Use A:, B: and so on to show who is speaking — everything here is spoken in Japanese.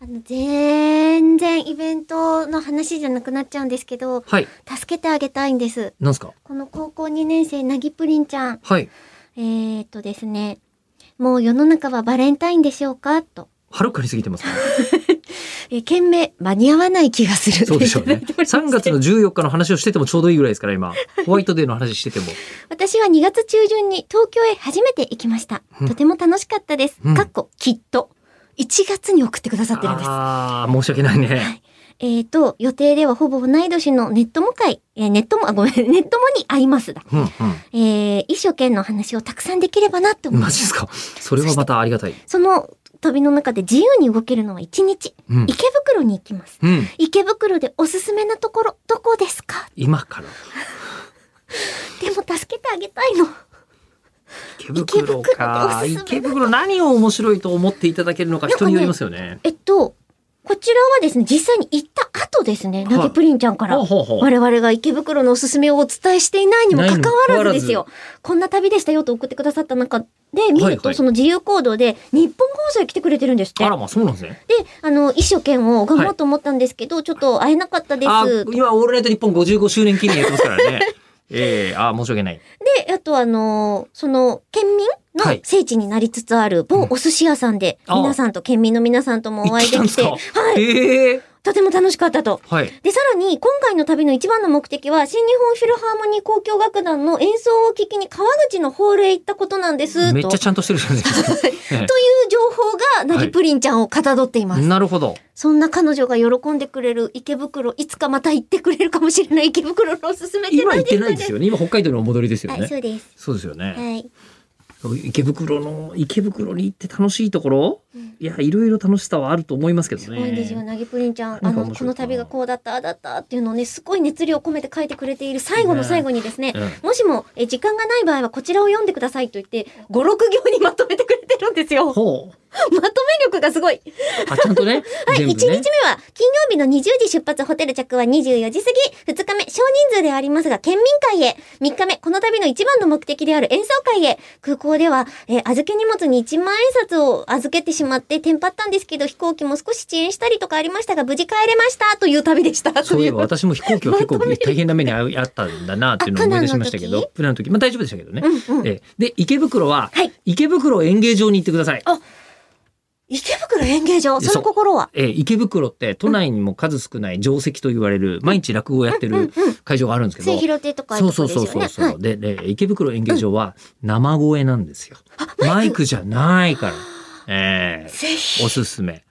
A: あの、全然イベントの話じゃなくなっちゃうんですけど、
B: はい。
A: 助けてあげたいんです。
B: なんすか
A: この高校2年生、なぎぷりんちゃん。
B: はい。
A: えー、っとですね、もう世の中はバレンタインでしょうかと。
B: はるかに過ぎ てますね。
A: えー、懸命、間に合わない気がする。
B: そうでしょうね。
A: ということで
B: 3月の14日の話をしててもちょうどいいぐらいですから、今。ホワイトデーの話してても。
A: 私は2月中旬に東京へ初めて行きました。
B: うん
A: とても楽しかったです。
B: うん
A: かっこ、きっと。1月に送ってくださってるんです。
B: ああ、申し訳ないね。
A: えー、と、予定ではほぼ同い年のネットも会、えーネットも、あ、ごめん、ネットもに会いますだ。
B: うんうん。
A: えー、一生懸命の話をたくさんできればなって思い
B: マ
A: ま。
B: ジですすか。それはまたありがたい。
A: その旅の中で自由に動けるのは1日。
B: うん。
A: 池袋に行きます。
B: うん。
A: 池袋でおすすめなところ、どこですか
B: 今から。
A: でも助けてあげたいの。
B: 池袋か。
A: 池袋っておすすめ
B: 池袋何を面白いと思っていただけるのか人によりますよね。
A: えっと、こちらはですね、実際に行った後ですね、
B: はい
A: なぎプリンちゃんから
B: ほう。ほうほう。
A: 我々が池袋のおすすめをお伝えしていないにもかかわらずです
B: ないにも
A: よ。こんな旅でしたよと送ってくださった中で見ると、
B: はいはい
A: その自由行動で日本放送へ来てくれてるんですって。
B: あらまあそうなんですね。
A: で、あの、衣装券を頑張ろうと思ったんですけど、ちょっと会えなかったで
B: あ
A: す。
B: 今オールナイト日本55周年記念やってますからね。 ええあー申し訳ない。
A: で、あとあの、その、県民
B: は
A: の
B: い
A: 聖地になりつつある某お寿司屋さんで、
B: うんああ
A: 皆さんと、県民の皆さんともお会いで
B: 行っ
A: きて、
B: たん
A: は
B: です
A: い、
B: ええ
A: とても楽しかったと。
B: はい。
A: で、さらに、今回の旅の一番の目的は、新日本フィルハーモニー交響楽団の演奏を聞きに川口のホールへ行ったことなんです、
B: めっ
A: と。
B: ちゃちゃんとしてるじゃない ですか。え
A: という情報が、なぎプリンちゃんをかたどっています。
B: えなるほど。
A: そんな彼女が喜んでくれる池袋、いつかまた行ってくれるかもしれない池袋のおすすめじゃ
B: 今
A: な
B: 行
A: い
B: ってない
A: で
B: ですす
A: か
B: よね。今北海道のお戻りですよ
A: ね。はい、
B: ね
A: そ。うです。
B: そうですよね。
A: はい。
B: 池袋の、池袋に行って楽しいところいや、いろいろ楽しさはあると思いますけど
A: すごいんですよ、
B: ね。
A: なぎプリンちゃん。
B: な
A: あ
B: んか
A: の、
B: 面白い
A: この旅がこうだった、ああだったっていうのをね、すごい熱量を込めて書いてくれている最後の最後にですね、
B: うん
A: もしもえ時間がない場合はこちらを読んでくださいと言って、5、6行にまとめてくれてるんです よ。まと
B: ほう。
A: め力がすごい。
B: あ、ちゃんとね。
A: はい、
B: 全
A: 1
B: 部
A: 日目
B: ね
A: は、金曜日の20時出発、ホテル着は24時過ぎ、2日目、少人数ではありますが、県民会へ、3日目、この旅の一番の目的である演奏会へ、空港では、えー預け荷物に1万円札を預けてしまって、テンパったんですけど、飛行機も少し遅延したりとかありましたが、無事帰れました、という旅でした。
B: そういえば
A: と
B: 私も飛行機は結構
A: まとめて
B: 大変な目に遭いあったんだなっていうのを思い出しましたけ
A: あ
B: ど、プランの時、まあ大丈夫でしたけどね。
A: いううんうん。
B: ええで、池袋は、
A: はい
B: 池袋演芸場に行ってください。
A: 池袋演芸場、
B: いや
A: その心は
B: えー池袋って都内にも数少ない定石と言われる、毎日落語をやってる会場があるんですけど、
A: 末広亭とかああい
B: そうう
A: とこ
B: そう
A: ですよ
B: そう
A: ね。
B: そうそ
A: は
B: う、
A: い
B: でで池袋演芸場は生声なんですよ、マイクじゃないからええ
A: ぜひ。
B: おすすめ